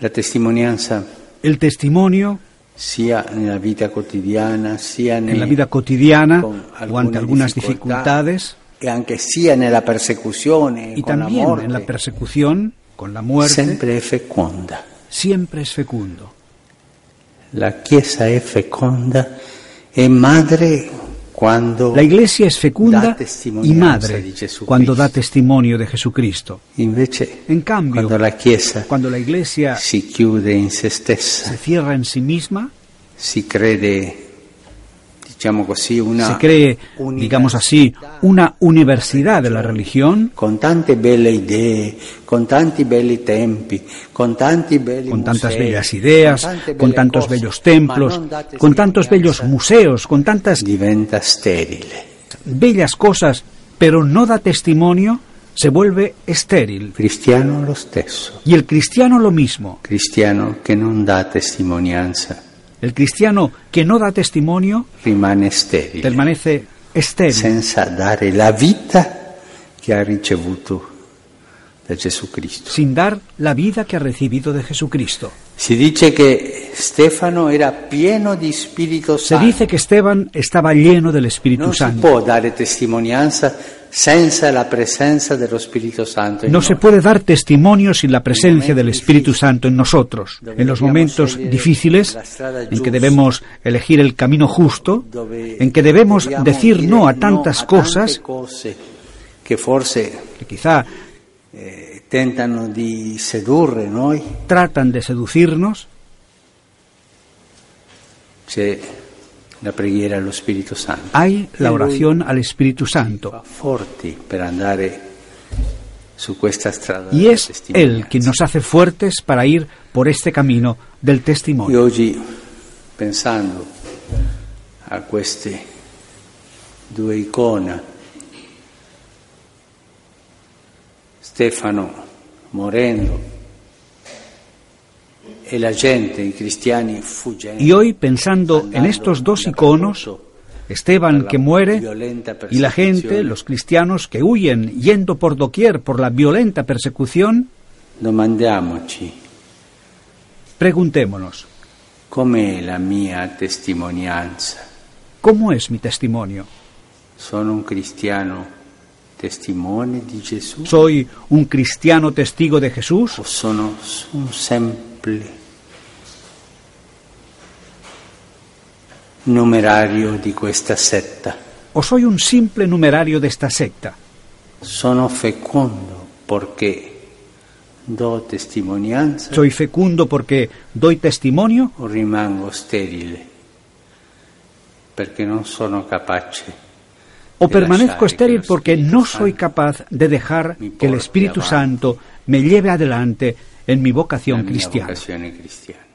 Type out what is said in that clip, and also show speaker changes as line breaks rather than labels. la testimonianza
el testimonio
sia nella vita quotidiana, sia
en la
nel-
vida cotidiana
con
o ante algunas dificultades
e anche sia nella persecuzione,
y
con la
también en la
morte,
persecución, con la muerte,
sempre è feconda.
siempre es fecundo.
La Chiesa è feconda e madre quando
La iglesia es fecunda
Da
y
testimonianza
madre
di Gesù
cuando da
Cristo.
testimonio de Jesucristo.
invece
En cambio,
quando la Chiesa
cuando la iglesia
si chiude in se
se
stessa,
cierra en sí misma,
si crede, diciamo così,
se
una
cree, digamos así, una universidad de la religión,
con tante belle idee, con tanti belli tempi, con tanti belli
con tantas
musei,
bellas ideas,
tante
con
belle
tantos
cose,
bellos
ma
templos,
non dà
con tantos bellos
testimonianza,
museos, con tantas
diventa sterile.
bellas cosas, pero no da testimonio, se vuelve estéril.
Cristiano lo stesso,
Y el cristiano lo mismo.
cristiano che non dà testimonianza
El cristiano que no da testimonio
rimane sterile,
permanece estéril,
senza dare la vita che ha ricevuto da Gesù Cristo.
sin dar la vida que ha recibido de Jesucristo.
Si dice che Stefano era pieno di Spirito
Se
Santo.
dice que Esteban estaba lleno del Espíritu
Non si
Santo.
può dare testimonianza senza la presenza dello Spirito Santo. in
No
noi.
se puede dar testimonio sin la presencia del Espíritu Santo en nosotros. En los momentos
eh,
difíciles, en que debemos elegir el camino justo,
Dove
en que debemos
dobbiamo
decir
dire
no a
eh, no
tantas
a tante
cosas
cose che forse
que quizá
eh, tentano di sedurre noi.
tratan de seducirnos,
C'è la preghiera allo Spirito Santo.
hay la
E
oración al Espíritu
lui fa
Santo.
forti per andare su questa strada.
Y
della
es Él
testimonianza.
quien nos hace fuertes para ir por este camino del
Io
testimonio.
oggi, pensando a queste due icone, Stefano morendo e la gente, i cristiani fuggendo.
Y hoy, pensando en estos dos iconos, Esteban que muere y la gente, los cristianos que huyen yendo por doquier por la violenta persecución,
Domandiamoci
preguntémonos,
com'è la mia testimonianza?
¿cómo es mi testimonio?
Sono un cristiano testimone di Gesù?
¿Soy un cristiano testigo de Jesús
o Ecco, sono un semplice numerario di questa setta.
o soy un simple numerario de esta secta?
Sono fecondo perché do testimonianza
¿Soy fecundo porque doy testimonio
o rimango sterile perché non sono capace.
o permanezco estéril porque no soy capaz de dejar que el Espíritu Santo me lleve adelante en mi
della
vocación
mia
cristiana?
vocazione cristiana.